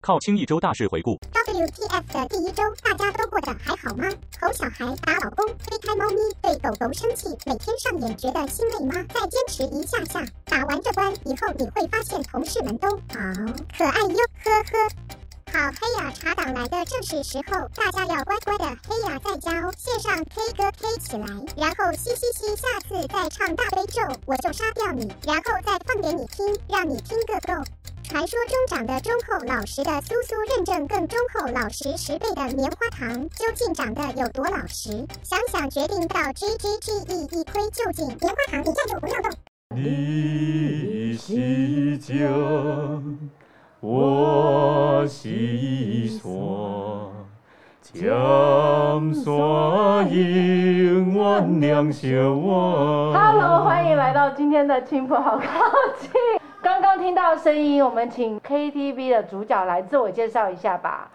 靠青一周大事回顾。 WTF 的第一周，大家都过得还好吗？吼小孩，打老公，推开猫咪，对狗狗生气，每天上演，觉得欣慰吗？再坚持一下下，打完这关以后，你会发现同事们都好、可爱哟，呵呵。好黑呀、茶党来的正是时候，大家要乖乖的黑呀、在家哦，线上 K 歌 K 起来，然后嘻嘻嘻，下次再唱大悲咒，我就杀掉你，然后再放给你听，让你听个够。传说中长得忠厚老实的苏苏认证更忠厚老实十倍的棉花糖，究竟长得有多老实？想想决定到 G G G E 一窥究竟。棉花糖，你站住不要动！你西江，我西山，江山永远两相望。 Hello，欢迎来到今天的青浦好高兴。刚刚听到声音，我们请 KTV 的主角来自我介绍一下吧。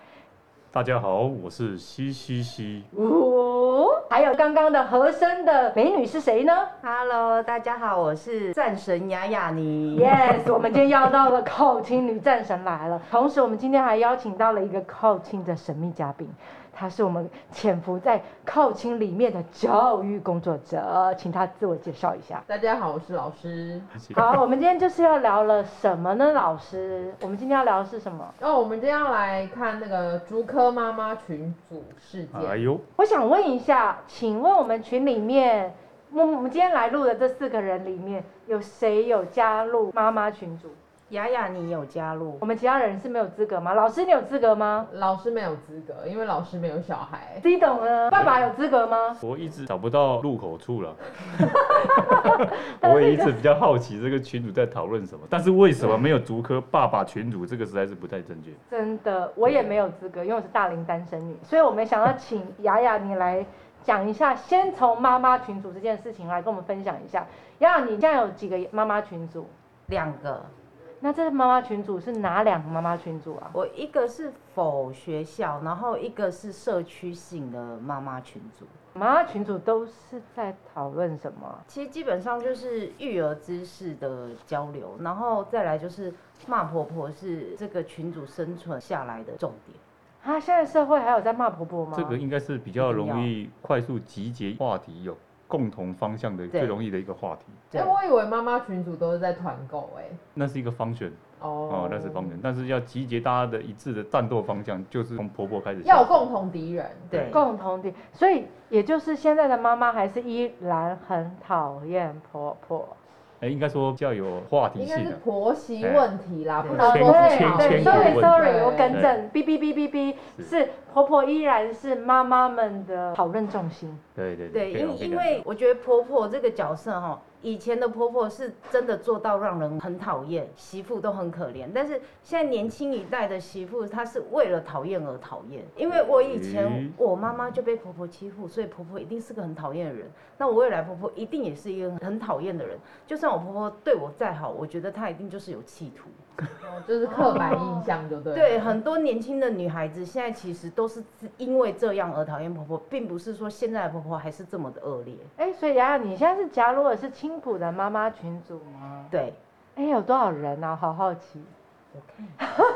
大家好，我是西西西。呜、还有刚刚的和声的美女是谁呢 Hello，大家好，我是战神雅雅妮。 ？Yes，我们今天邀到了口琴女战神来了，同时我们今天还邀请到了一个口琴的神秘嘉宾。他是我们潜伏在口琴里面的教育工作者，请他自我介绍一下。大家好，我是老师。好，我们今天就是要聊了什么呢，老师？我们今天要聊的是什么？哦，我们今天要来看那个竹科妈妈群组事件。哎呦，我想问一下，请问我们群里面，我我们今天来录的这四个人里面，有谁有加入妈妈群组？雅雅，你有加入我？们其他人是没有资格吗？老师，你有资格吗老师没有资格，因为老师没有小孩。 ？C 董呢？爸爸有资格吗？我一直找不到入口处 了。我也一直比较好奇这个群主在讨论什么，但是为什么没有竹科爸爸群主？这个实在是不太正确。真的，我也没有资格，因为我是大龄单身女，所以我们想要请雅雅你来讲一下，先从妈妈群组这件事情来跟我们分享一下。雅雅，你现在有几个妈妈群组？两个，那这妈妈群组是哪两个妈妈群组啊？我一个是否学校，然后一个是社区性的妈妈群组。妈妈群组都是在讨论什么啊？其实基本上就是育儿知识的交流，然后再来就是骂婆婆是这个群组生存下来的重点。啊，现在社会还有在骂婆婆吗？这个应该是比较容易快速集结话题，有共同方向的对最容易的一个话题。哎、对，我以为妈妈群组都是在团购哎。那是一个方选哦哦，那是方选，但是要集结大家的一致的战斗方向，就是从婆婆开始。要有共同敌人。对共同点，所以也就是现在的妈妈还是依然很讨厌婆婆。哎，应该说比较有话题应该性是的。婆媳问题啦，对不能千说是千好千对有问，sorry 题 sorry，对我更正，哔哔哔哔哔，是是婆婆依然是妈妈们的讨论重心。对对对，可以因哦可以这样因为我觉得婆婆这个角色哈，以前的婆婆是真的做到让人很讨厌，媳妇都很可怜。但是现在年轻一代的媳妇，她是为了讨厌而讨厌。因为我以前嗯我妈妈就被婆婆欺负，所以婆婆一定是个很讨厌的人。那我未来婆婆一定也是一个很讨厌的人。就算我婆婆对我再好，我觉得她一定就是有企图。哦就是刻板印象，就对了。对，很多年轻的女孩子现在其实都是因为这样而讨厌婆婆，并不是说现在的婆婆还是这么的恶劣。哎，所以雅雅，你现在是加入的是青浦的妈妈群组吗？对。哎，有多少人啊？好好奇，我看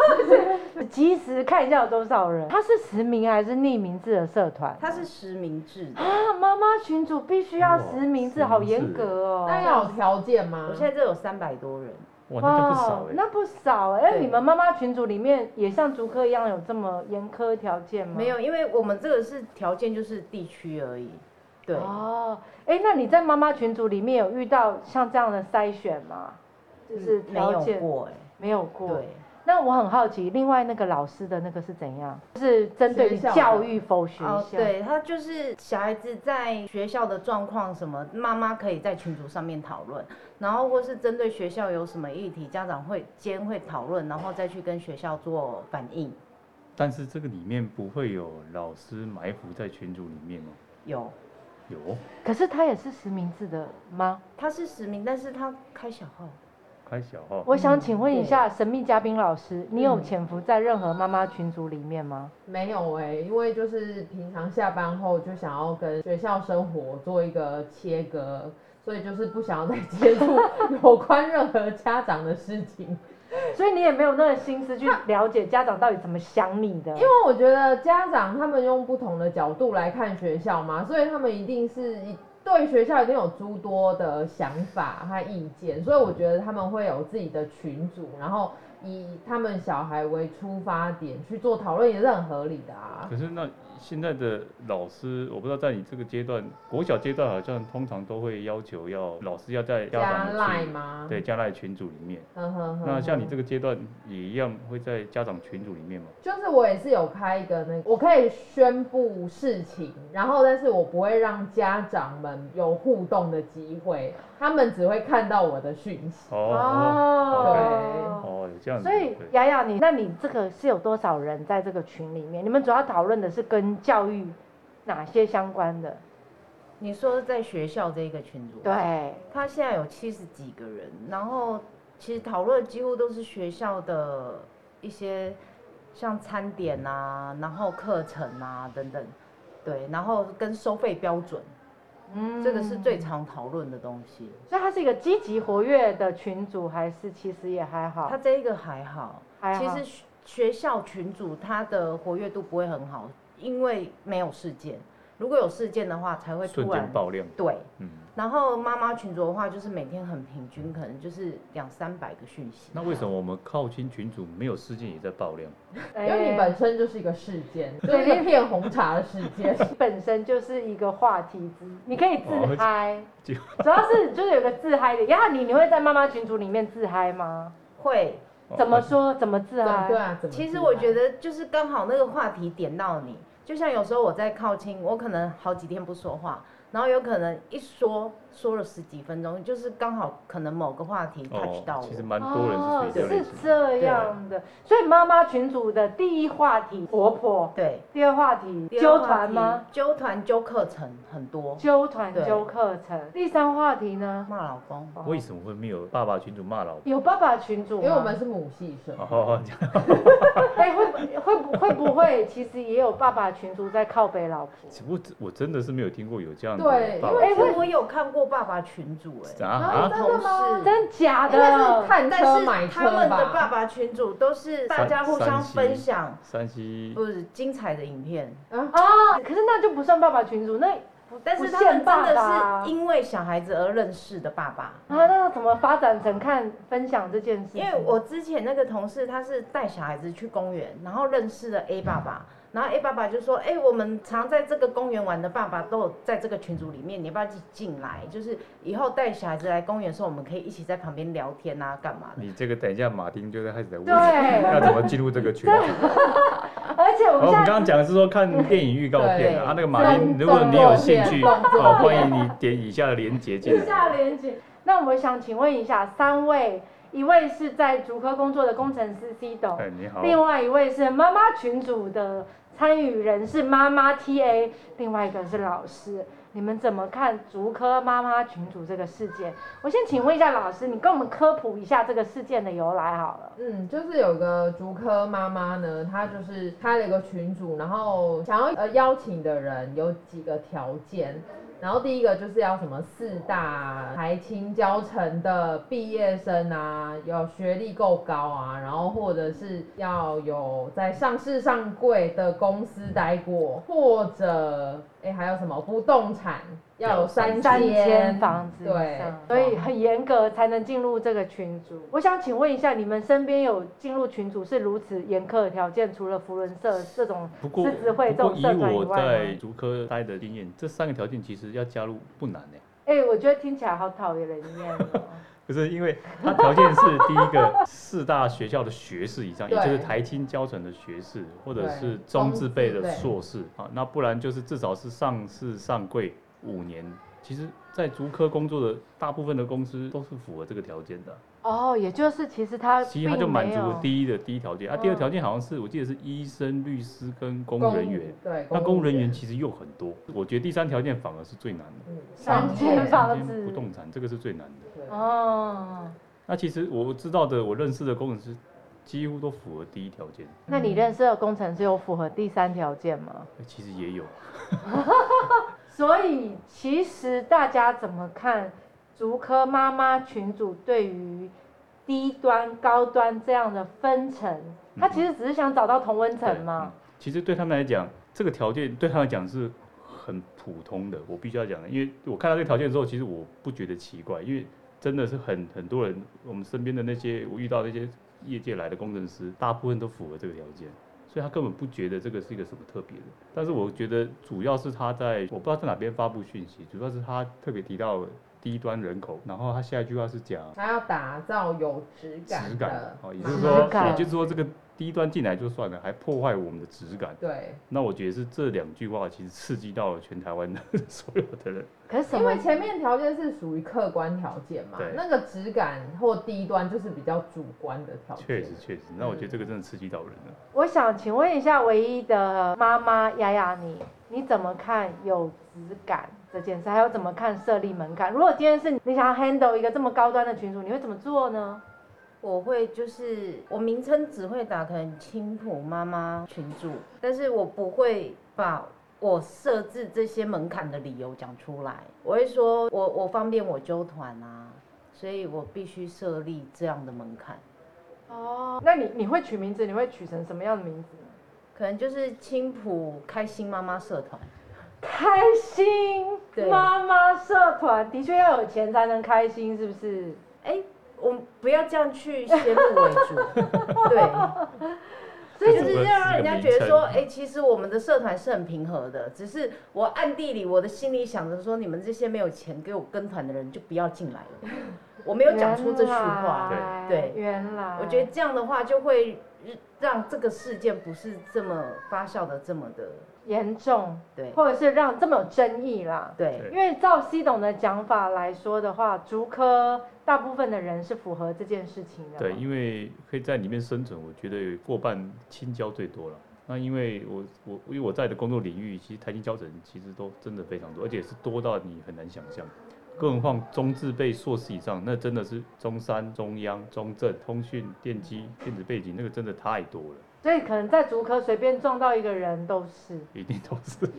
及时看一下有多少人。它是实名还是匿名制的社团？它是实名制的。啊，妈妈群组必须要哇实名制，实好名严制格哦。那要有条件吗？我现在这有三百多人，哇，那就不少哎。哇哦那不少哎、那对你们妈妈群组里面也像竹科一样有这么严苛条件吗？没。有，因为我们这个是条件就是地区而已。对，哦，哎、那你在妈妈群组里面有遇到像这样的筛选吗？就是没条有件、过哎、没有过。对，那我很好奇，另外那个老师的那个是怎样？就是针对于学校的教育否学校？哦，，对他就是小孩子在学校的状况什么，妈妈可以在群组上面讨论，然后或是针对学校有什么议题，家长会间会讨论，然后再去跟学校做反应。但是这个里面不会有老师埋伏在群组里面哦。有，有哦可是他也是实名制的吗？他是实名，但是他开小号。开小号，我想请问一下神秘嘉宾老师，你有潜伏在任何妈妈群组里面吗？没有哎、因为就是平常下班后就想要跟学校生活做一个切割，所以就是不想要再接触有关任何家长的事情。所以你也没有那个心思去了解家长到底怎么想你的哦因。为我觉得家长他们用不同的角度来看学校嘛，所以他们一定是对学校一定有诸多的想法和意见，所以我觉得他们会有自己的群组，然后以他们小孩为出发点去做讨论，也是很合理的啊可。是那现在的老师，我不知道在你这个阶段，国小阶段好像通常都会要求要老师要在家加长的赖群吗？嗯对加赖群组里面。呵呵呵，那像你这个个，阶段也一样会在家长群组里面嘛？就是我也是有开一个那个，我可以宣布事情，然后但是我不会让家长们有互动的机会，他们只会看到我的讯息。哦哦哦哦，有这样子。所以对雅雅，你那你这个是有多少人在这个群里面？你们主要讨论的是跟教育哪些相关的？你说在学校这个群组，，对，他现在有七十几个人，然后其实讨论几乎都是学校的一些像餐点啊，然后课程啊等等，对，然后跟收费标准，嗯这个是最。常讨论的东西。所以它是一个积极活跃的群组，还是其实也还好？他这一个还好，还其好实学学校群组它的活跃度不会很好，因为没有事件。如果有事件的话，才会瞬突间然爆量，对。嗯。然后妈妈群组的话，就是每天很平均，可能就是两三百个讯息。那为什么我们靠近群组没有事件也在爆量？哎因为你本身就是一个事件，就是一个骗红茶的事 件。本身就是一个话题之，你可以自哦嗨，就主要是就是有个自嗨的。呀，你你会在妈妈群组里面自嗨吗？会，哦怎么说？怎么自嗨？对啊，怎么其实我觉得得就是刚好那个话题点到你，就像有时候我在靠近，我可能好几天不说话，然后有可能一说说了十几分钟，就是刚好可能某个话题 touch 到哦，我。其实蛮多人是属于这类哦是型的。这样的，所以妈妈群组的第一话题活泼，对，第二话题第二纠话团题吗？？纠团纠课程很多，纠团对纠课程，第三话题呢？骂老公。为什么会没有爸爸群主骂老婆？有爸爸群组吗，因为我们是母系生，哦，这样 哎、会不会不会不会，其实也有爸爸群组在靠北老婆。只不过我真的是没有听过有这样的对爸因为爸哎、我我有看过爸爸群主、哎、啊啊，真同的吗事。真假应该是的？看但车是买他们车的爸吧。爸群主都是大家互相分享，山西不是精彩的影片，啊，可是那就不算爸爸群组，那但是不他们限啊真爸爸的是因为小孩子而认识的爸爸。啊，那怎么发展成看分享这件事情？因为我之前那个同事，他是带小孩子去公园，然后认识了 A 爸爸，然后 A 爸爸就说：“哎、我们常在这个公园玩的爸爸都有在这个群组里面，你要不要进进来？就是以后带小孩子来公园的时候，我们可以一起在旁边聊天啊，干嘛的？”你这个等一下，马丁就在开始在问，对要怎么进入这个群组？而且我然后们我们刚现在刚讲的是说看电影预告片对啊，啊那个马丁，如果你有兴趣，哦，欢迎你点以下的连接进以来。下连接，那我想请问一下三位，一位是在竹科工作的工程师 C 董，哎，你好，另外一位是妈妈群组的参与人是妈妈 TA，另外一个是老师。你们怎么看竹科妈妈群组这个事件？我先请问一下老师，你跟我们科普一下这个事件的由来好了。嗯，就是有个竹科妈妈呢，嗯她就是开了一个群组，然后想要呃邀请的人有几个条件，然后第一个就是要什么四大台青教程的毕业生啊，有学历够高啊，然后或者是要有在上市上柜的公司待过，或者哎还有什么不动产要有三三间间房子以上，哦对所以很严格才能进入这个群组。我想请问一下，你们身边有进入群组是如此严苛的条件，除了福伦社这种不过狮子会这不过种以社团以我外在呢？竹科待的经验，这三个条件其实要加入不难欸呢。哎、我觉得听起来好讨厌人厌哦。 不是因为它条件是第一个四大学校的学士以上，也对就是台青教程的学士，或者对是中字辈中字的辈硕士啊，那不然就是至少是上市上柜五年。其实，在竹科工作的大部分的公司都是符合这个条件的啊，哦，也就是其实他其实它就满足呃了并没有第一的第一条件啊，第二嗯条件好像是我记得是医生、律师跟公务人员，对，那公务人员其其实又很多，我觉得第三条件反而是最难的，三间三房间子不动产这个是最难的。哦。那其实我知道的，我认识的工程师几乎都符合第一条件，那你认识的工程师有符合第三条件吗？欸其实也有。所以其实大家怎么看竹科妈妈群组对于低端、高端这样的分层，他其实只是想找到同温层嘛。嗯其实对他们来讲，这个条件对他们来讲是很普通的，我必须要讲的，因为我看到这个条件之后，其实我不觉得奇怪，因为真的是很很多人，我们身边的那些我遇到那些业界来的工程师，大部分都符合这个条件。所以他根本不觉得这个是一个什么特别的，但是我觉得主要是他在我不知道在哪边发布讯息，主要是他特别提到低端人口，然后他下一句话是讲还要打造有质感质感的，哦，也妈就是妈说质，感也就是说这个低端进来就算了，还破坏我们的质感。对，那我觉得是这两句话其实刺激到了全台湾的 所有的人。可是什因么为？前面条件是属于客观条件嘛对，那个质感或低端就是比较主观的条件，确实确实，那我觉得这个真的刺激到人了。我想请问一下唯一的妈妈雅雅你，你怎么看有质感这件事，还有怎么看设立门槛？如果今天是你想要 handle 一个这么高端的群组，你会怎么做呢？我会就是我名称只会打可能青浦妈妈群主，但是我不会把我设置这些门槛的理由讲出来。我会说我我方便我纠团啊，所以我必须设立这样的门槛，哦，那你你会取名字，你会取成什么样的名字？可能就是青浦开心妈妈社团。开心对妈妈社团的确要有钱才能开心，是不是？哎、我们不要这样去先入为 主，对。所以就是要让人家觉得说，哎、其实我们的社团是很平和的，只是我暗地里我的心里想着说，你们这些没有钱给我跟团的人就不要进来 了。我没有讲出这句话，原来对对原来我觉得这样的话就会让这个事件不是这么发酵的这么的，严重，对或者是让这么有争议啦。对因为照西董的讲法来说的话，竹科大部分的人是符合这件事情的。对，，因为可以在里面生存，我觉得有过半青椒最多了。那因为我我因为我在的工作领域，其实台青教程其实都真的非常多，而且是多到你很难想象。更何况中字辈硕士以上，那真的是中山、中央、中正、通讯、电机、电子背景，那个真的太多了，所以可能在竹科随便撞到一个人都 是。一定都是。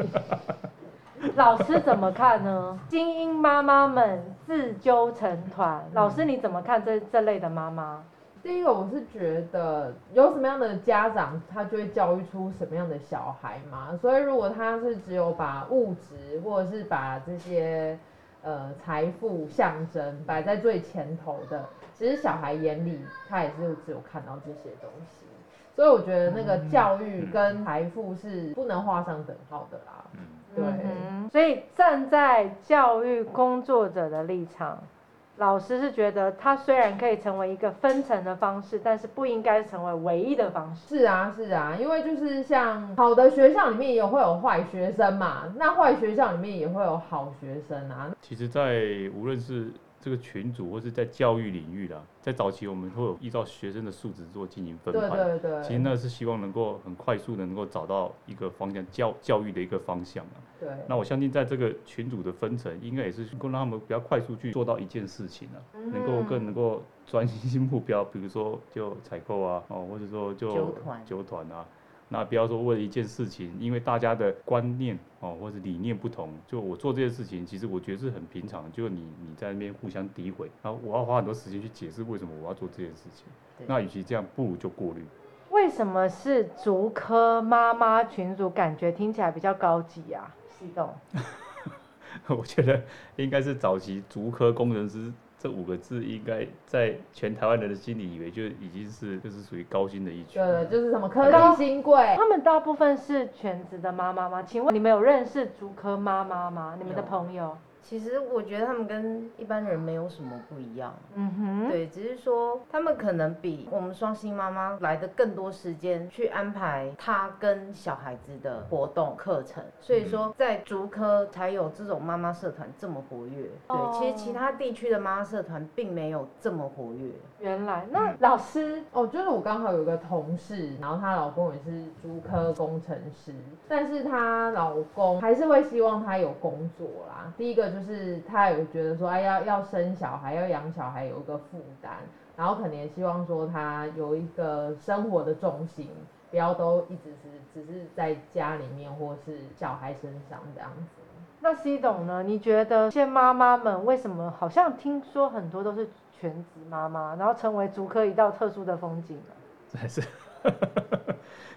老师怎么看呢？精英妈妈们自纠成嗯团，老师你怎么看这这类的妈妈？第一个，我是觉得有什么样的家长，他就会教育出什么样的小孩嘛。所以，如果他是只有把物质或者是把这些呃财富象征摆在最前头的，其实小孩眼里他也是只有看到这些东西。所以，我觉得那个教育跟财富是不能画上等号的啦。嗯对嗯哼所以站在教育工作者的立场，老师是觉得他虽然可以成为一个分层的方式，但是不应该成为唯一的方式。是啊，是啊，因为就是像好的学校里面也会有坏学生嘛，那坏学校里面也会有好学生啊。其实，在无论是这个群组，或是在教育领域啦，在早期我们会有依照学生的素质做进行分对派。对对，其实那是希望能够很快速的能够找到一个方向，教教育的一个方向啊。对，那我相信在这个群组的分层，应该也是能够让他们比较快速去做到一件事情啊，嗯能够更能够专心目标，比如说就采购啊，哦，或者说就纠团纠团啊。那不要说为了一件事情，因为大家的观念哦或者理念不同，就我做这件事情，其实我觉得是很平常的。就你你在那边互相诋毁，然后我要花很多时间去解释为什么我要做这件事情对。那与其这样，不如就过滤。为什么是竹科妈妈群组？感觉听起来比较高级啊，西董。 我觉得应该是早期“竹科工程师”这五个字，应该在全台湾人的心里，以为就已经是就是属于高薪的一啊群。对，就是什么科技新贵，他们大部分是全职的妈妈吗？请问你们有认识竹科妈妈吗？你们的有朋友？其实我觉得他们跟一般人没有什么不一样。嗯哼，对，只是说他们可能比我们双薪妈妈来的更多时间去安排她跟小孩子的活动课程，所嗯以说在竹科才有这种妈妈社团这么活跃。哦对，其实其他地区的妈妈社团并没有这么活跃。原来那老师哦，就是我刚好有一个同事，然后她老公也是竹科工程师，但是她老公还是会希望她有工作啦。第一个就是她有觉得说，哎，要要生小孩，要养小孩有一个负担，然后可能也希望说她有一个生活的重心，不要都一直是只是在家里面或是小孩身上这样子。那 C 董呢？你觉得这些妈妈们为什么好像听说很多都是全职妈妈，然后成为足科一道特殊的风景 呢？还是。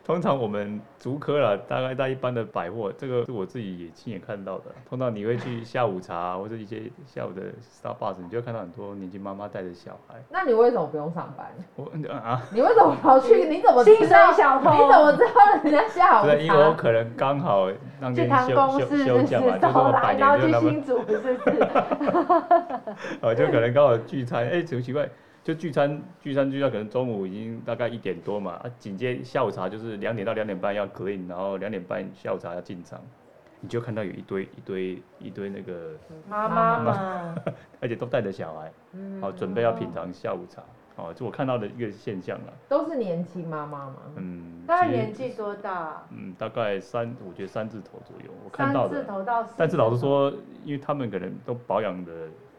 通常我们竹科啦，大概在一般的百货，这个是我自己也亲眼看到的。通常你会去下午茶啊或者一些下午的 Starbucks，你就会看到很多年轻妈妈带着小孩。那你为什么不用上班？我嗯啊，你为什么要去？你怎么知新生？嗯道小偷你怎么知道人家下午对，因为我茶？可能刚好那去天谈公休事休是休不假嘛，？是就是走我百来，然后年就去那么新竹是不 是？呃，就可能刚好聚餐，哎、怎么奇怪？就聚餐，聚餐聚到可能中午已经大概一点多嘛，啊，紧接下午茶就是两点到两点半要 clean，然后两点半下午茶要进场，你就看到有一堆一堆一堆那个，妈妈们，而且都带着小孩，嗯好、准备要品尝下午茶，哦，这我看到的一个现象了，都是年轻妈妈吗？嗯，当然其实年纪多大？嗯，大概三，我觉得三字头左右，我看三到字的，头到四，但是老实，说，因为他们可能都保养的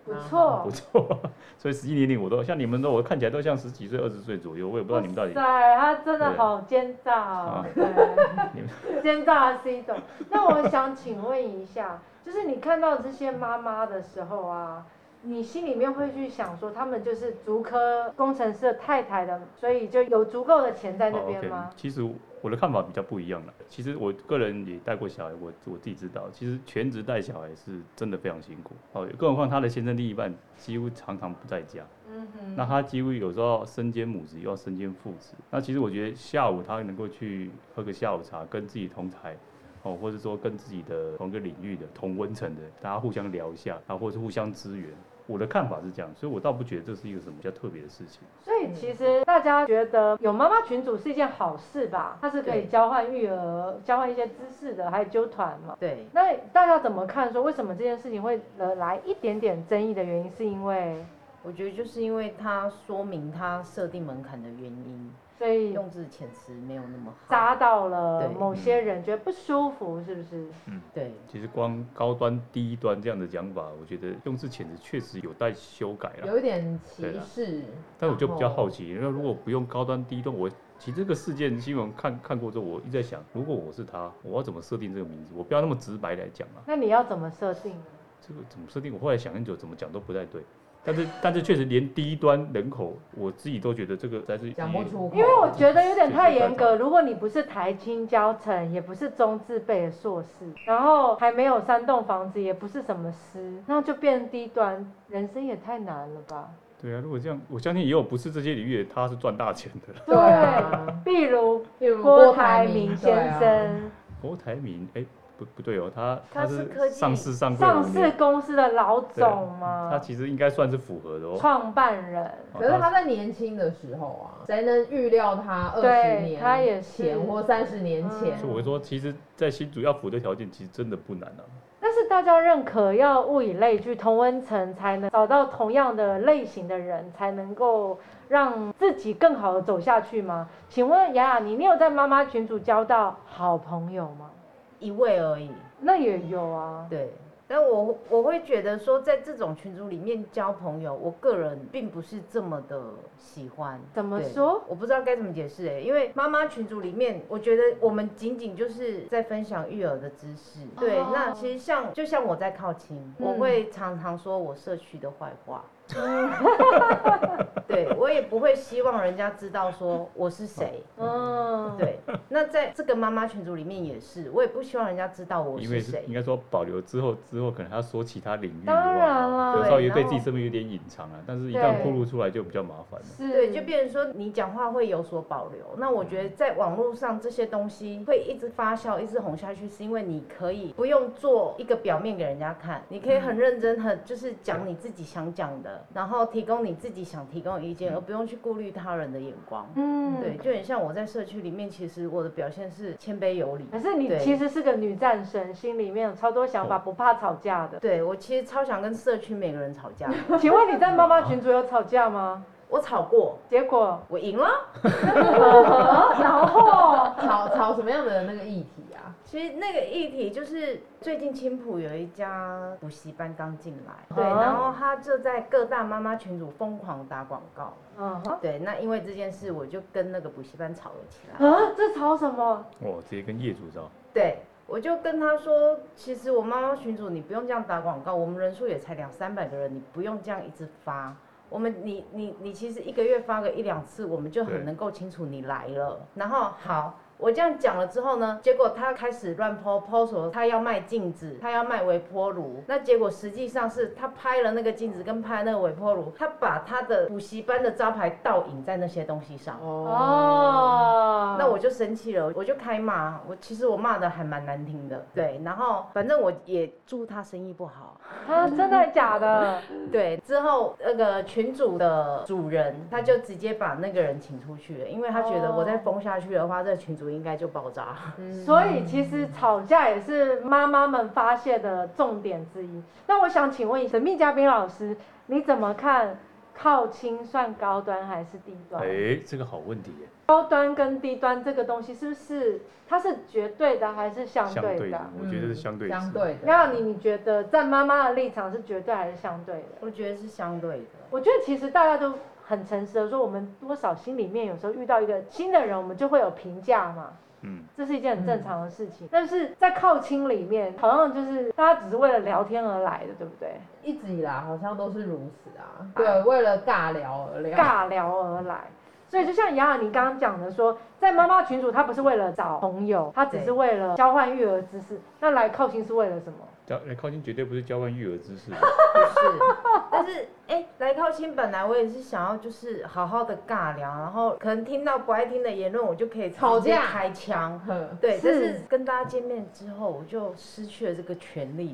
不啊错不。错， 所以实际年龄我都像你们都，我看起来都像十几岁、二十岁左右，我也不知道你们到底哇塞，他真的好奸诈哦！ 你们对， 奸诈是一种。那我想请问一下，就是你看到这些妈妈的时候啊，你心里面会去想说，他们就是足科工程师的太太的，所以就有足够的钱在那哦边 OK，吗？其实我的看法比较不一样了。其实我个人也带过小孩，我我自己知道，其实全职带小孩是真的非常辛苦哦，更何况他的先生另一半几乎常常不在家，嗯哼，那他几乎有时候身兼母职又要身兼父职。那其实我觉得下午他能够去喝个下午茶，跟自己同台。哦，或者说跟自己的同个领域的同温层的，大家互相聊一下，啊，或者是互相支援。我的看法是这样，所以我倒不觉得这是一个什么比较特别的事情。所以其实大家觉得有妈妈群组是一件好事吧？它是可以交换育儿、交换一些知识的，还有纠团嘛。对，那大家怎么看？说为什么这件事情会惹来一点点争议的原因，是因为我觉得就是因为他说明他设定门槛的原因，所以用字遣词没有那么好。扎到了对某些人，觉得不舒服，是不是？对，其实光高端、低端这样的讲法，我觉得用字遣词确实有待修改了。有一点歧视。但我就比较好奇，奇，那如果不用高端、低端，我其实这个事件新闻看看过之后，我一直在想，如果我是他，我要怎么设定这个名字？我不要那么直白来讲啊，那你要怎么设定呢？这个怎么设定？我后来想很久，怎么讲都不太对。但是但是确实连低端人口，我自己都觉得这个才是讲不出口，因为我觉得有点太严这格。如果你不是台青教程，也不是中字辈的硕士，然后还没有三栋房子，也不是什么师，那就变低端，人生也太难了吧？对啊，如果这样，我相信也有不是这些领域的他是赚大钱的。对啊，比如比如郭台铭先对啊生，郭台铭，哎、不不对哦，他他是是科技上市上柜上五市年公司的老啊对啊总他嘛，其实应该算是符合的哦。创办人。哦可是他在年轻的时候啊，谁能预料他二十对年他也是嗯前或三十年前所以？我会说，其实，在新竹要符合的条件，其实真的不难啊。但是大家认可要物以类聚，同温层才能找到同样的类型的人，才能够让自己更好的走下去吗？请问雅雅，你你有在妈妈群组交到好朋友吗？一位而已。那也有啊，对，但我我会觉得说，在这种群组里面交朋友，我个人并不是这么的喜欢。怎么对说？我不知道该怎么解释哎、因为妈妈群组里面，我觉得我们仅仅就是在分享育儿的知识。对，哦嗯那其实像就像我在靠亲，我会常常说我社区的坏话。嗯 对，我也不会希望人家知道说我是谁。嗯，，对，那在这个妈妈群组里面也是，我也不希望人家知道我因为是是谁应。该说保留之后，之后可能他说其他领域的当话，然啦有时候对也对然自后己身份有点隐藏啊。但是一旦对暴露出来，就比较麻烦了。是，对，就变成说你讲话会有所保留。那我觉得在网络上这些东西会一直发酵、一直红下去，是因为你可以不用做一个表面给人家看，你可以嗯很认真、很就是讲你自己想讲的，然后提供你自己想提供的意见，而不用去顾虑他人的眼光。嗯，对，。就很像我在社区里面，其实我的表现是谦卑有礼。可是你对其实是个女战神，心里面有超多想法，不怕吵架 的。对我其实超想跟社区每个人吵架的，请问你在妈妈群组有吵架吗？我吵过，结 果，我赢了。然后，吵吵什么样的那个议题啊？其实那个议题就是最近青浦有一家补习班刚进来，对，啊然后他就在各大妈妈群组疯狂打广告，嗯哼，对，那因为这件事我就跟那个补习班吵了起来，啊，这吵什么？我直接跟业主知道，对。我就跟他说，其实我妈妈群主你不用这样打广告，我们人数也才两三百个人，你不用这样一直发。我们你你你其实一个月发个一两次，我们就对很能够清楚你来了。然后好，我这样讲了之后呢，结果他开始乱抛抛什么，他要卖镜子，他要卖微波炉。那结果实际上是他拍了那个镜子跟拍那个微波炉，他把他的补习班的招牌倒影在那些东西上。哦，哦，那我就生气了，我就开骂。我其实我骂的还蛮难听的，对。然后反正我也祝他生意不好。啊，真的假的？对，之后那个群主的主人他就直接把那个人请出去了，因为他觉得哦我再封下去的话，这个群主应该就爆炸。所以其实吵架也是妈妈们发泄的重点之一。那我想请问神秘嘉宾老师，你怎么看靠亲算高端还是低端？哎，这个好问题耶，高端跟低端这个东西是不是它是绝对的还是相相对对的的啊？，我觉得是相对嗯相值对的，那你你觉得站妈妈的立场是绝对还是相对的？我觉得是相对的。我觉得其实大家都很诚实的说，我们多少心里面有时候遇到一个新的人，我们就会有评价嘛。嗯，这是一件很正常的事情，但是在靠亲里面，好像就是大家只是为了聊天而来的，对不对？一直以来好像都是如此啊。对，为了尬聊而哎聊。尬聊而来。所以就像雅雅你刚刚讲的说，在妈妈群组，她不是为了找朋友，她只是对为了交换育儿知识。那来靠亲是为了什么？交哎靠近绝对不是交换育儿知识的，是，但是哎、来靠亲本来我也是想要就是好好的尬聊，然后可能听到不爱听的言论，我就可以直接吵架开枪。呵对，是但是跟大家见面之后，我就失去了这个权利。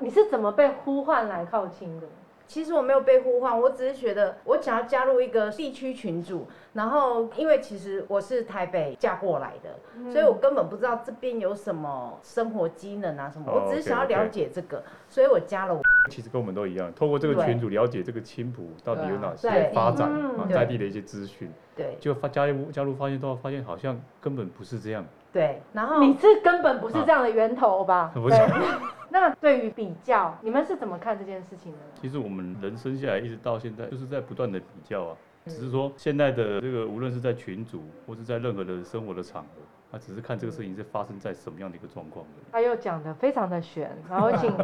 你是怎么被呼唤来靠亲的？其实我没有被呼唤，我只是觉得我想要加入一个地区群组，然后因为其实我是台北嫁过来的，嗯所以我根本不知道这边有什么生活机能啊什么，哦我只是想要 OK，OK 了解这个，所以我加了我。其实跟我们都一样，透过这个群组了解这个青浦到底有哪些对啊发展嗯啊，对在地的一些资讯，对就发加入加入发现到发现好像根本不是这样，对，然后你是根本不是这样的源头吧？不是。 那对于比较，你们是怎么看这件事情的呢？其实我们人生下来一直到现在，就是在不断的比较啊。嗯只是说现在的这个，无论是在群组，或是在任何的生活的场合，他只是看这个事情是发生在什么样的一个状况而他又讲的非常的悬，然后 请已。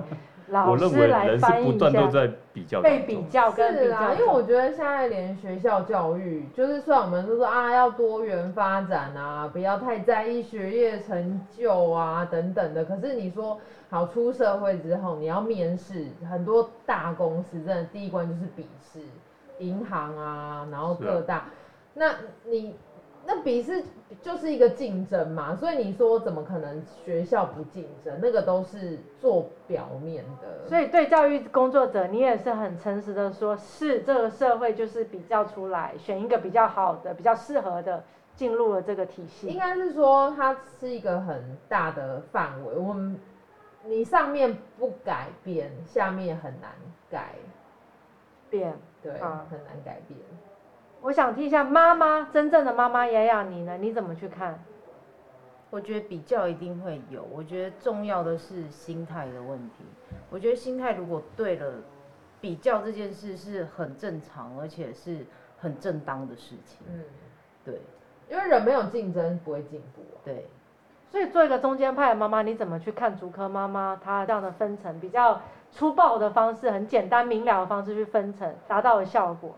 老我认师为来人是翻译不一断都下在比较被当比中，较跟比是啦，较，因为我觉得现在连学校教育，就是虽然我们都说啊要多元发展啊，不要太在意学业成就啊等等的，可是你说好出社会之后，你要面试，很多大公司真的第一关就是笔试，银行啊，然后各大，那你那笔试就是一个竞争嘛，所以你说怎么可能学校不竞争？那个都是做表面的，所以对教育工作者，你也是很诚实的说，是这个社会就是比较出来，选一个比较好的、比较适合的进入了这个体应系。该是说它是一个很大的范围，我们你上面不改变，下面很难改，变，对，啊很难改变。我想听一下妈妈，真正的妈妈雅雅你呢？你怎么去看？我觉得比较一定会有，我觉得重要的是心态的问题。我觉得心态如果对了，比较这件事是很正常，而且是很正当的事情。嗯，对因为人没有竞争不会进步啊。对，所以做一个中间派的妈妈，你怎么去看竹科妈妈她这样的分层，比较粗暴的方式，很简单明了的方式去分层，达到的效果？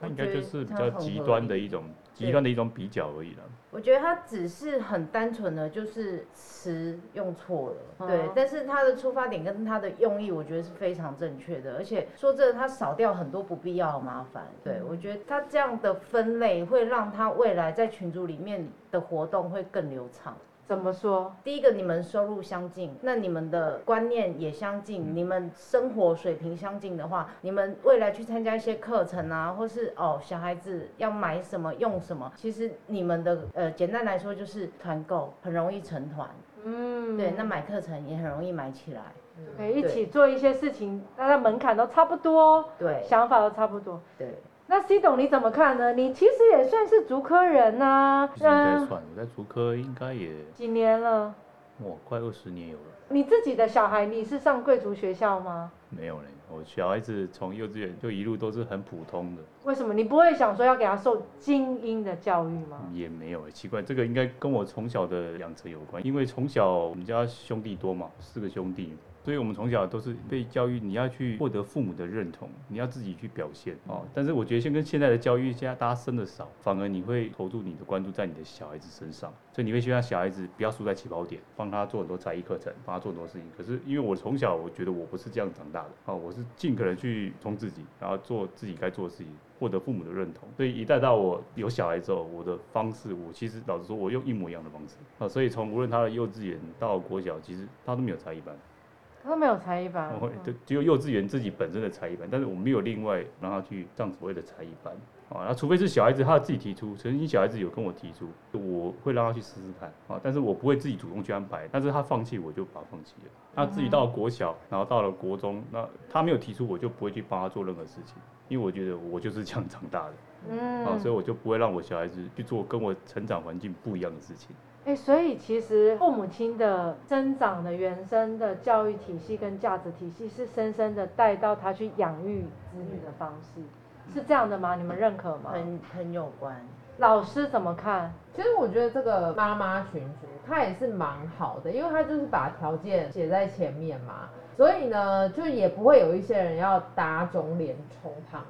他应该就是比较极端的一种极端的一种比较而已了。我觉得他只是很单纯的就是词用错了，对哦，但是他的出发点跟他的用意，我觉得是非常正确的。而且说真的，他少掉很多不必要的麻烦。对我觉得他这样的分类会让他未来在群组里面的活动会更流畅。怎么说？第一个，你们收入相近，那你们的观念也相近，你们生活水平相近的话，你们未来去参加一些课程啊，或是哦小孩子要买什么用什么，其实你们的呃简单来说就是团购很容易成团，嗯，对，那买课程也很容易买起来，对嗯一起做一些事情，大家门槛都差不多，对想法都差不多。对，那 C 董你怎么看呢？你其实也算是竹科人呐、其实应该嗯，算，我在竹科应该也几年了？哇快二十年有了，你自己的小孩，你是上贵族学校吗？没有嘞，我小孩子从幼稚园就一路都是很普通的，为什么你不会想说要给他受精英的教育吗？也没有欸奇怪，这个应该跟我从小的养成有关，因为从小我们家兄弟多嘛，四个兄弟，所以我们从小都是被教育你要去获得父母的认同，你要自己去表现哦。但是我觉得现跟现在的教育，现在大家生的少，反而你会投注你的关注在你的小孩子身上，所以你会希望小孩子不要输在起跑点，帮他做很多才艺课程，帮他做很多事情。可是因为我从小我觉得我不是这样长大的啊、哦，我是尽可能去冲自己，然后做自己该做的事情。获得父母的认同，所以一旦到我有小孩之后，我的方式，我其实老实说，我用一模一样的方式啊，所以从无论他的幼稚园到国小，其实他都没有才艺班，他都没有才艺班我，会哦就只有幼稚园自己本身的才艺班，但是我没有另外让他去上所谓的才艺班啊，那除非是小孩子他自己提出，曾经小孩子有跟我提出，我会让他去试试看啊，但是我不会自己主动去安排，但是他放弃我就把他放弃了。那至于到了国小，然后到了国中，那他没有提出，我就不会去帮他做任何事情，因为我觉得我就是这样长大的。嗯啊，所以我就不会让我小孩子去做跟我成长环境不一样的事情。哎、所以其实父母亲的生长的原生的教育体系跟价值体系，是深深的带到他去养育子女的方式，是这样的吗？你们认可吗？很很有关。老师怎么看？其实我觉得这个妈妈群主她也是蛮好的，因为她就是把条件写在前面嘛，所以呢，就也不会有一些人要打肿脸充胖子。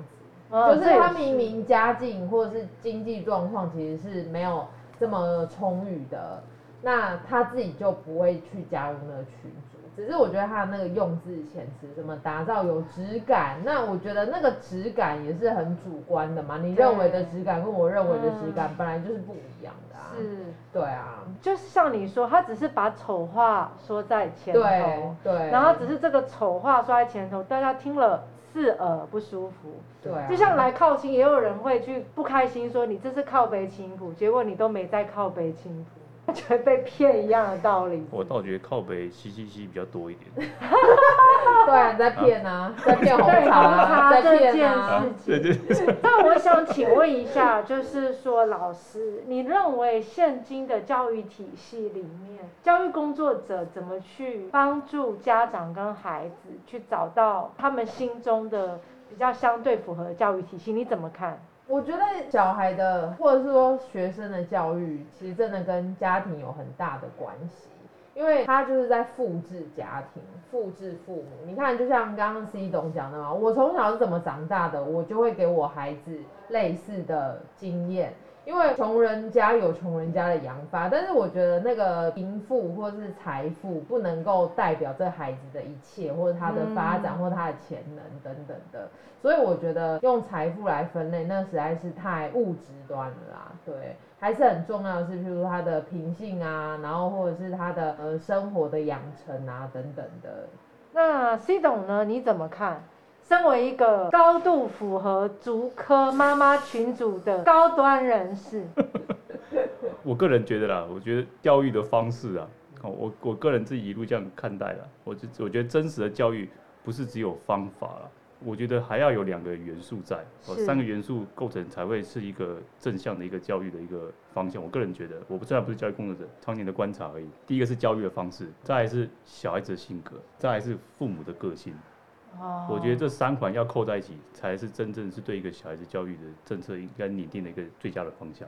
呃就是这也他明明家境或者是经济状况其实是没有这么充裕的，那他自己就不会去加入那个群组。只是我觉得他那个用字遣词怎么打造有质感，那我觉得那个质感也是很主观的嘛。你认为的质感跟我认为的质感本来就是不一样的啊。嗯是，对啊，就是像你说，他只是把丑话说在前对头，对。然后只是这个丑话说在前头，大家听了刺耳不舒服。对啊，就像来靠亲，也有人会去不开心，说你这是靠背青浦，结果你都没在靠背青浦， 觉得被骗一样的道理。我倒觉得靠北西西西比较多一点。对啊，你在骗啊，在骗红 对茶啊，红茶在这骗件啊。事对情，对对，但我想请问一下，就是说老师，你认为现今的教育体系里面，教育工作者怎么去帮助家长跟孩子去找到他们心中的比较相对符合的教育体系？你怎么看？我觉得小孩的或者是说学生的教育，其实真的跟家庭有很大的关系，因为他就是在复制家庭、复制父母。你看，就像刚刚 C 董讲的嘛，我从小是怎么长大的，我就会给我孩子类似的经验。因为穷人家有穷人家的养法，但是我觉得那个贫富或是财富不能够代表这孩子的一切，或者他的发展，嗯或他的潜能等等的。所以我觉得用财富来分类，那实在是太物质端了啦。对，还是很重要的是，譬如说他的品性啊，然后或者是他的呃生活的养成啊等等的。那 C 董呢？你怎么看？身为一个高度符合足科妈妈群组的高端人士，我个人觉得啦，我觉得教育的方式啊，哦，我我个人自己一路这样看待啦，我就我觉得真实的教育不是只有方法啦。我觉得还要有两个元素在，哦，是三个元素构成才会是一个正向的一个教育的一个方向。我个人觉得，我不虽然不是教育工作者，常年的观察而已。第一个是教育的方式，再来是小孩子的性格，再来是父母的个性。哦我觉得这三环要扣在一起，才是真正是对一个小孩子教育的政策应该拟定的一个最佳的方向。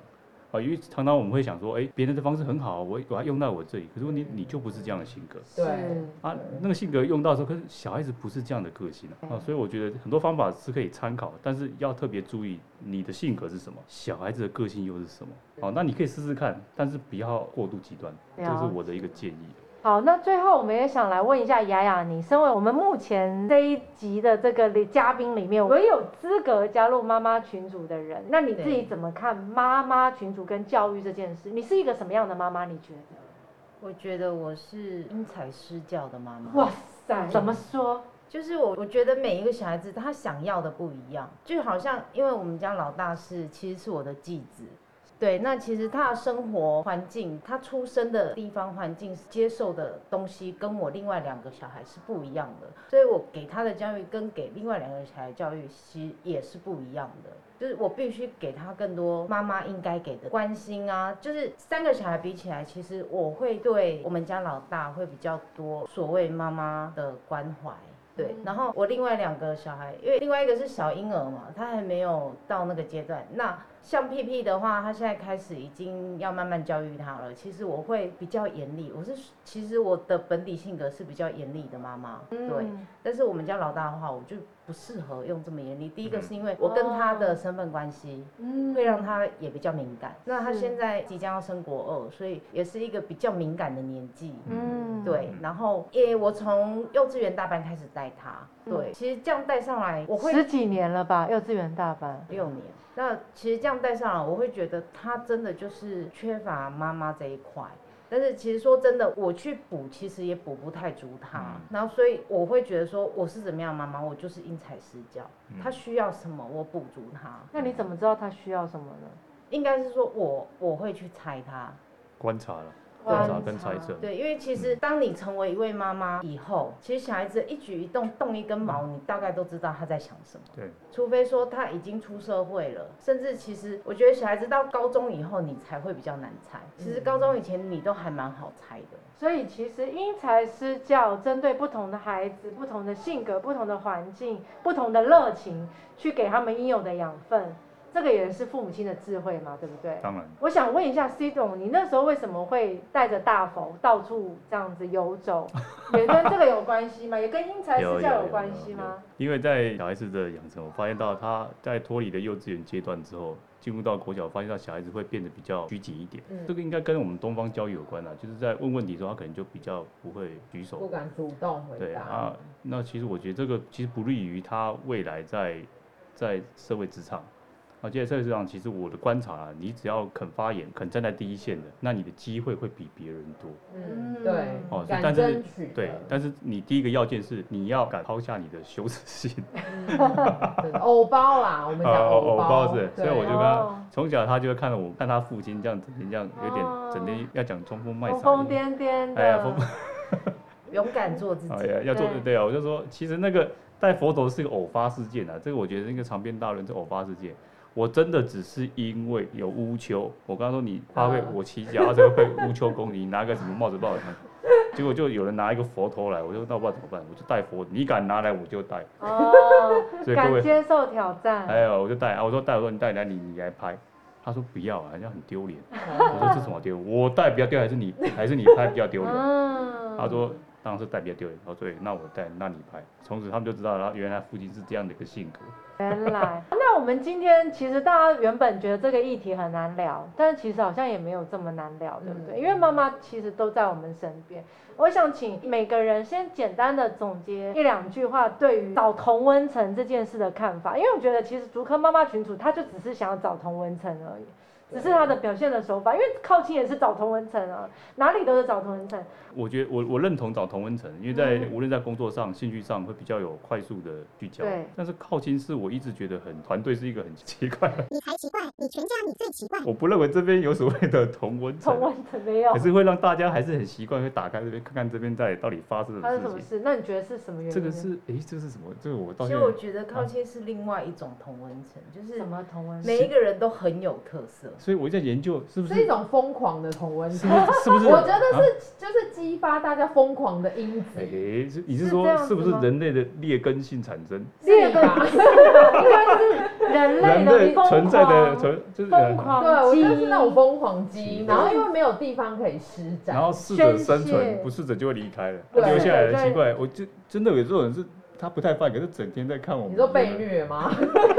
啊，因为常常我们会想说，哎、别人的方式很好，我我要用到我这里，可是问题你就不是这样的性格对是啊，那个性格用到的时候，可是小孩子不是这样的个性啊，啊所以我觉得很多方法是可以参考，但是要特别注意你的性格是什么，小孩子的个性又是什么。好，那你可以试试看，但是不要过度极端，这了是解我的一个建议。好，那最后我们也想来问一下雅雅，你身为我们目前这一集的这个嘉宾里面唯有资格加入妈妈群组的人，那你自己对怎么看妈妈群组跟教育这件事？你是一个什么样的妈妈？你觉得？我觉得我是因材施教的妈妈。哇塞，怎么说？就是我，我觉得每一个小孩子他想要的不一样，就好像因为我们家老大是其实是我的继子，对，那其实他的生活环境、他出生的地方环境、接受的东西，跟我另外两个小孩是不一样的，所以我给他的教育跟给另外两个小孩教育其实也是不一样的。就是我必须给他更多妈妈应该给的关心啊，就是三个小孩比起来，其实我会对我们家老大会比较多所谓妈妈的关怀。对嗯，然后我另外两个小孩，因为另外一个是小婴儿嘛，他还没有到那个阶段。那像屁屁的话，他现在开始已经要慢慢教育他了。其实我会比较严厉，我是其实我的本体性格是比较严厉的妈妈，对。嗯但是我们家老大的话，我就不适合用这么严厉。第一个嗯是因为我跟他的身份关系。嗯会让他也比较敏哦感。那他是现在即将要升国二，所以也是一个比较敏感的年纪。嗯对，然后因为我从幼稚园大班开始带他，对，其实这样带上来，我会嗯十几年了吧，幼稚园大班，六年。那其实这样带上来，我会觉得他真的就是缺乏妈妈这一块。但是其实说真的，我去补其实也补不太足他，嗯然后所以我会觉得说我是怎么样的妈妈，我就是因材施教，嗯他需要什么我补足他，那你怎么知道他需要什么呢？应该是说我我会去猜他，观察了，观观察察跟猜测，对，因为其实当你成为一位妈妈以后，其实小孩子一举一动、动一根毛，你大概都知道他在想什么。对，除非说他已经出社会了，甚至其实我觉得小孩子到高中以后，你才会比较难猜。嗯其实高中以前你都还蛮好猜的。所以其实因材施教，针对不同的孩子、不同的性格、不同的环境、不同的热情，去给他们应有的养分，这个也是父母亲的智慧嘛，对不对？当然，我想问一下 C 总，你那时候为什么会带着大佛到处这样子游走？也跟这个有关系吗？也跟因材施教关系吗？因为在小孩子的养成，我发现到他在脱离了幼稚园阶段之后，进入到国小，发现到小孩子会变得比较拘谨一点。嗯这个应该跟我们东方教育有关啊，就是在问问题的时候，他可能就比较不会举不手。敢主动回对答。啊，那其实我觉得这个其实不利于他未来在在社会职场。而且在社会职场，其实我的观察、啊，你只要肯发言、肯站在第一线的，那你的机会会比别人多。嗯，嗯对哦，是敢但是争取的，对，但是你第一个要件是你要敢抛下你的羞耻心，真的 偶包啦，我们讲啊偶偶包，包是对所以我就跟他哦从小他就会看到我看他父亲这样整天这样有点整天要讲装疯卖疯傻，哦疯癫癫的，哎呀疯， 勇敢做自己。哎呀要做对对啊，我就说其实那个戴佛头是个偶发事件啊，这个我觉得那个长篇大论是偶发事件。我真的只是因为有乌丘，我刚刚说你怕被啊我骑脚踏车会被乌丘攻击，你拿个什么帽子把 我看，结果就有人拿一个佛头来，我就那我不知道怎么办，我就戴佛，你敢拿来我就戴，哦， 所以各敢位接受挑战，哎呦，我就带啊，我说带，我说你带来，你你来拍。他说不要啊，好像很丢脸。我嗯说这什么丢脸？我带比较丢脸，还是你还是你拍比较丢脸？嗯他说当然是带比较丢脸。我说对，那我带，那你拍。从此他们就知道，然后原来父亲是这样的一个性格。原来，那我们今天其实大家原本觉得这个议题很难聊，但是其实好像也没有这么难聊，对不对？嗯因为妈妈其实都在我们身边。我想请每个人先简单的总结一两句话，对于找同温层这件事的看法，因为我觉得其实竹科妈妈群主她就只是想要找同温层而已。只是她的表现的手法，因为靠近也是找同温层啊，哪里都是找同温层。我觉得我我认同找同温层，因为在、嗯无论在工作上、兴趣上会比较有快速的聚焦对。但是靠近是我一直觉得很团队是一个很 奇怪的，你才奇怪，你全家你最奇怪。我不认为这边有所谓的同温层同，温层没有可，是会让大家还是很习惯，会打开这边看看这边在到底发生发了什生什么么事情。事？那你觉得是什么原因呢？这个是诶，这个是什么？这个我到其现实在啊我觉得靠近是另外一种同温层，就是什么同温层？每一个人都很有特色。所以我在研究是不是是一种疯狂的同温层是。不是是不是？我觉得啊是，就是激发大家疯狂的因子，诶，是你是是这说样是不子是吗人类的劣根性产生？是吧？应该是人类人的类疯存在的狂啊存就是疯呃，狂对，我基就因是那种疯狂基基因，因然后因为没有地方可以施展，然后适者宣生泄存，不适者就会离开了，对留下来对的奇怪。我就真的有这种人是。他不太犯，可是整天在看我们，你说被，虐吗？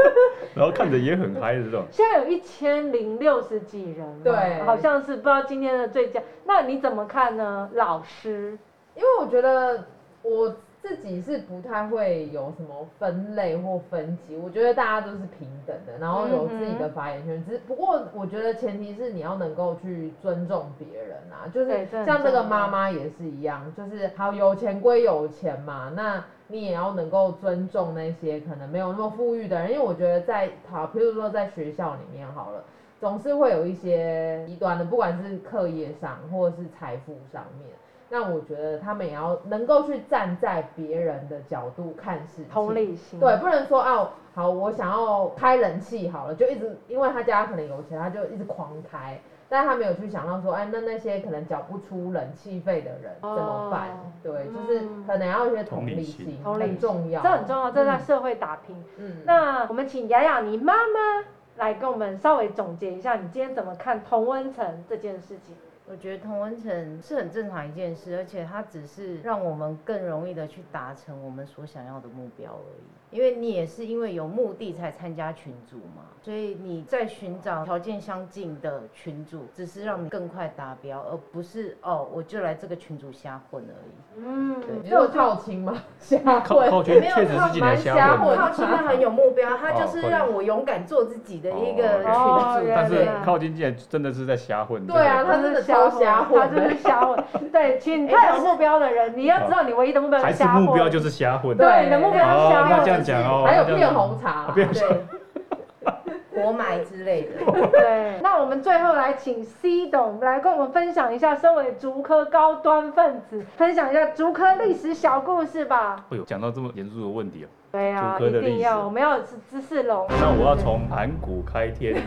然后看着也很嗨的这种。现在有一千零六十几人了，对好像是不知道今天的最佳。那你怎么看呢，老师？因为我觉得我自己是不太会有什么分类或分级，我觉得大家都是平等的，然后嗯有自己的发言权。只是不过我觉得前提是你要能够去尊重别人啊，就对是这很像这重个要妈妈也是一样，就是好有钱归有钱嘛，那。你也要能够尊重那些可能没有那么富裕的人，因为我觉得在好，譬如说在学校里面好了，总是会有一些极端的，不管是课业上或者是财富上面。那我觉得他们也要能够去站在别人的角度看事情，同理心，对，不能说啊，好，我想要开冷气好了，就一直因为他家可能有钱，他就一直狂开，但他没有去想到说，哎，那那些可能缴不出冷气费的人怎么办？哦对，嗯就是可能要一些同理心，同理心很重要，这很重要，这在社会打拼。嗯，嗯，那我们请雅雅你妈妈来跟我们稍微总结一下，你今天怎么看同温层这件事情？我觉得同温层是很正常一件事，而且它只是让我们更容易的去达成我们所想要的目标而已。因为你也是因为有目的才参加群组嘛，所以你在寻找条件相近的群组，只是让你更快达标，而不是哦我就来这个群组瞎混而已。嗯对，你有靠亲吗？下靠跪，靠圈没有确实是靠近蛮年瞎瞎混混的的，靠近他很有目标，他就是哦让我勇敢做自己的一个哦原群组。来但对是靠近进来真的是在瞎混。对啊真他真的哎超瞎混他就是瞎混。对，其实你太有目标的人，你要知道你唯一的目标的还是瞎混。目标就是瞎混。对，你的目标是瞎哦，那这混。样讲哦，还有那这骗样讲红茶啊，变对，活埋之类的。对，那我们最后来请 C 董来跟我们分享一下，身为竹科高端分子，分享一下竹科历史小故事吧。哎呦，讲到这么严肃的问题哦，对啊，竹科一的历史定要，我们要有知知识龙。那我要从盘古开天。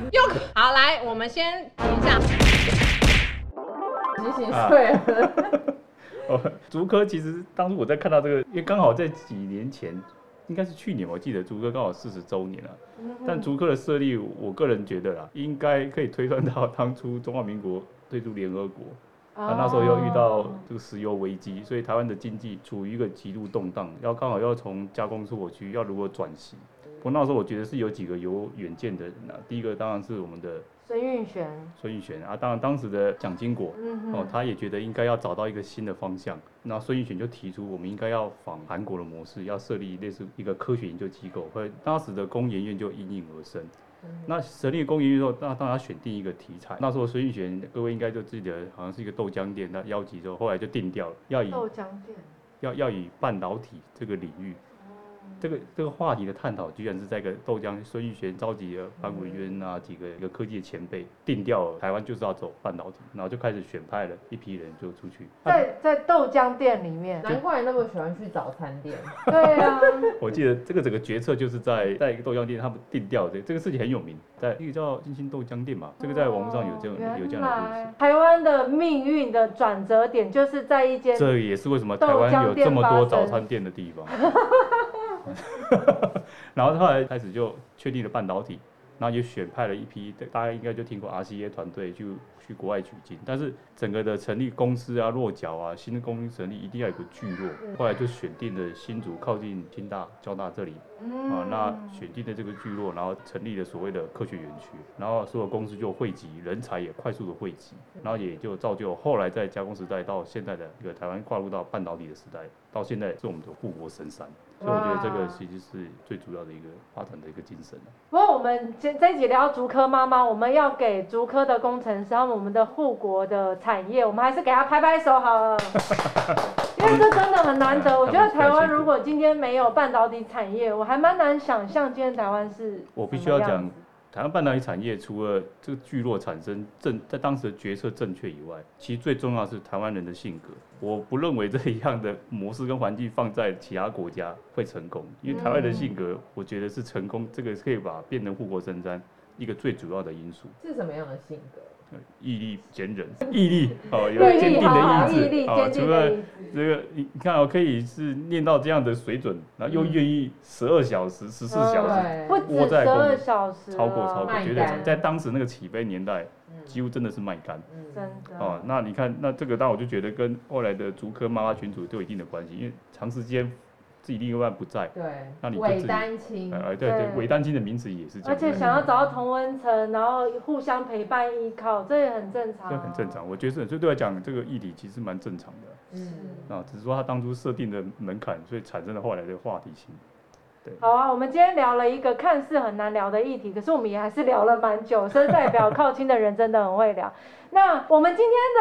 好，来，我们先提一下， 几几岁啊了？哦，竹科其实当初我在看到这个，因为刚好在几年前，应该是去年吧我记得竹科刚好四十周年了、但竹科的设立，我个人觉得啦，应该可以推算到当初中华民国退出联合国，啊，那时候又遇哦到这个石油危机，所以台湾的经济处于一个极度动荡，要刚好要从加工出口区要如何转型。不过那时候我觉得是有几个有远见的人啊，第一个当然是我们的孙运璇，孙运璇啊，当然当时的蒋经国，嗯哦哼，，他也觉得应该要找到一个新的方向。那孙运璇就提出，我们应该要仿韩国的模式，要设立类似一个科学研究机构。和当时的工研院就应运而生。嗯那成立工研院之后，那当然选定一个题材。那时候孙运璇，各位应该就记得，好像是一个豆浆店，那邀集之后，后来就定掉了，要以豆浆店。要要以半导体这个领域，这个这个话题的探讨，居然是在一个豆浆孙玉璇召集了潘古渊啊几个一个科技的前辈，定调了台湾就是要走半导体，然后就开始选派了一批人就出去。啊在在豆浆店里面，难怪你那么喜欢去早餐店，对啊，我记得这个整个决策就是在在一个豆浆店，他们定调这个这个事情很有名，在一个叫金星豆浆店 嘛，这个在网络上有这种有这样的故哦原来台湾的命运的转折点就是在一间事，这也是为什么台湾有这么多早餐店的地方。 然后后来开始就确定了半导体，然后也选派了一批，大家应该就听过 RCA 团队去去国外取经，但是整个的成立公司啊、落脚啊、新的公司成立一定要有个聚落，后来就选定了新竹靠近清大、交大这里啊，那选定的这个聚落，然后成立了所谓的科学园区，然后所有公司就汇集人才，也快速的汇集，然后也就造就后来在加工时代到现在的一个台湾跨入到半导体的时代，到现在是我们的护国神山，所以我觉得这哇个其实是最主要的一个发展的一个精神。啊不过我们这这一集聊竹科妈妈，我们要给竹科的工程师，他们我们的护国的产业，我们还是给他拍拍手 好了，因为这真的很难得。我觉得台湾如果今天没有半导体产业，我还蛮难想象今天台湾是我必须要什么样讲子，台湾半导体产业除了这个聚落产生正在当时的决策正确以外，其实最重要的是台湾人的性格。我不认为这一样的模式跟环境放在其他国家会成功，因为台湾人的性格，嗯我觉得是成功这个可以把变成护国神山一个最主要的因素。是什么样的性格？呃毅力坚韧，毅力哦， 有毅坚力定好好，的毅力志哦，坚除定了的意志。这个你你看哦，可以是练到这样的水准，然后又嗯愿意十二小时、十四小时对不止窝哦在十公二园小时了，哦超过超过，卖绝对干在当时那个起飞年代，嗯几乎真的是卖干嗯真的。哦。那你看，那这个当然我就觉得跟后来的竹科妈妈群组都有一定的关系，因为长时间自己另一半不在，那对，你就伪自己单亲，呃，对对对，伪单亲的名词也是这而样的，且想要找到同温层，然后互相陪伴依靠，这也很正常、啊这很正。常。我觉得是，所以对我来讲，这个议题其实蛮正常的嗯，啊，只是说他当初设定的门槛，所以产生了后来的话题性。好啊，我们今天聊了一个看似很难聊的议题，可是我们也还是聊了蛮久，所以代表靠近的人真的很会聊。 那我们今天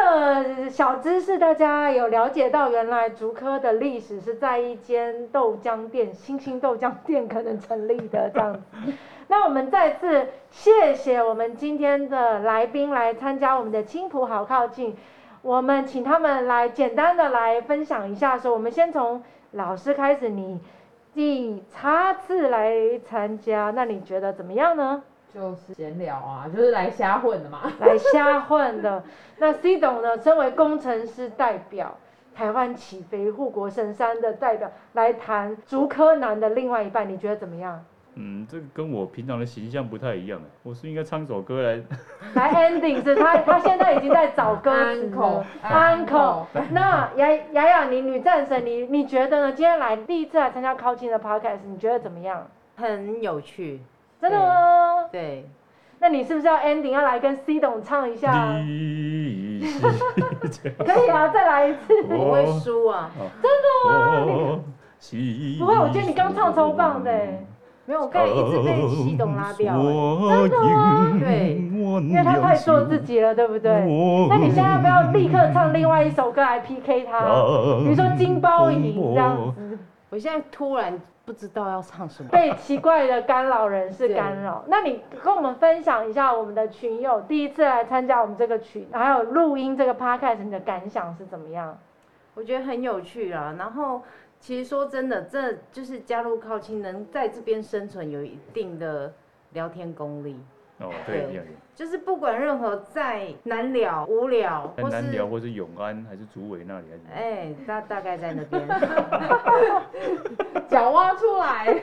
的小知识，大家有了解到，原来竹科的历史是在一间豆浆店——星星豆浆店可能成立的这样子。 那我们再次谢谢我们今天的来宾来参加我们的青浦好靠近，我们请他们来简单的来分享一下说我们先从老师开始，你第叉次来参加，那你觉得怎么样呢？就是闲聊啊，就是来瞎混的嘛。 来瞎混 的。那 C 董呢，身为工程师代表，台湾起飞护国神山的代表，来谈竹科男的另外一半，你觉得怎么样？嗯，这个跟我平常的形象不太一样哎，我是应该唱首歌来， 来 ending 是他，他现在已经在找歌词了口。安口，那雅雅雅，你女战神，你你觉得呢？今天来第一次来参加靠近的 podcast，你觉得怎么样？很有趣，真的吗？对，那你是不是要 ending 要来跟 C 董唱一下 啊？你是可以啊，再来一次。不哦会输啊。我不会，我觉得你刚唱超棒的欸。没有，我刚才一直被西董拉掉、欸，真的吗对因为他太做自。己了，对不对？那你现在要不要立刻唱另外一首歌来 PK 他？比如说金包银这样子，我现在突然不知道要唱什么。被奇怪的干扰人士干扰。那你跟我们分享一下我们的群友第一次来参加我们这个群，还有录音这个 podcast，你的感想是怎么样？我觉得很有趣啦。然后其实说真的，这就是加入靠亲能在这边生存有一定的聊天功力，哦，对，一样就是不管任何再难聊、无聊，很或是难聊，或是永安还是竹尾那里还是什么哎，大大概在那边， 脚挖出来，哎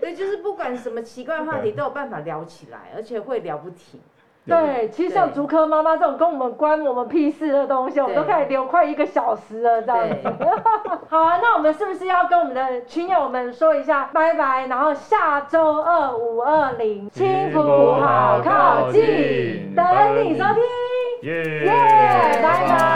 对，就是不管什么奇怪的话题都有办法聊起来，而且会聊不停。 对，其实像对竹科妈妈这种跟我们关我们屁事的东西，我们都对可以留快一个小时了这样子。对，好啊，那我们是不是要跟我们的群友们说一下拜拜？然后下周二五二零青浦好靠近，等你收听，耶，耶，拜拜。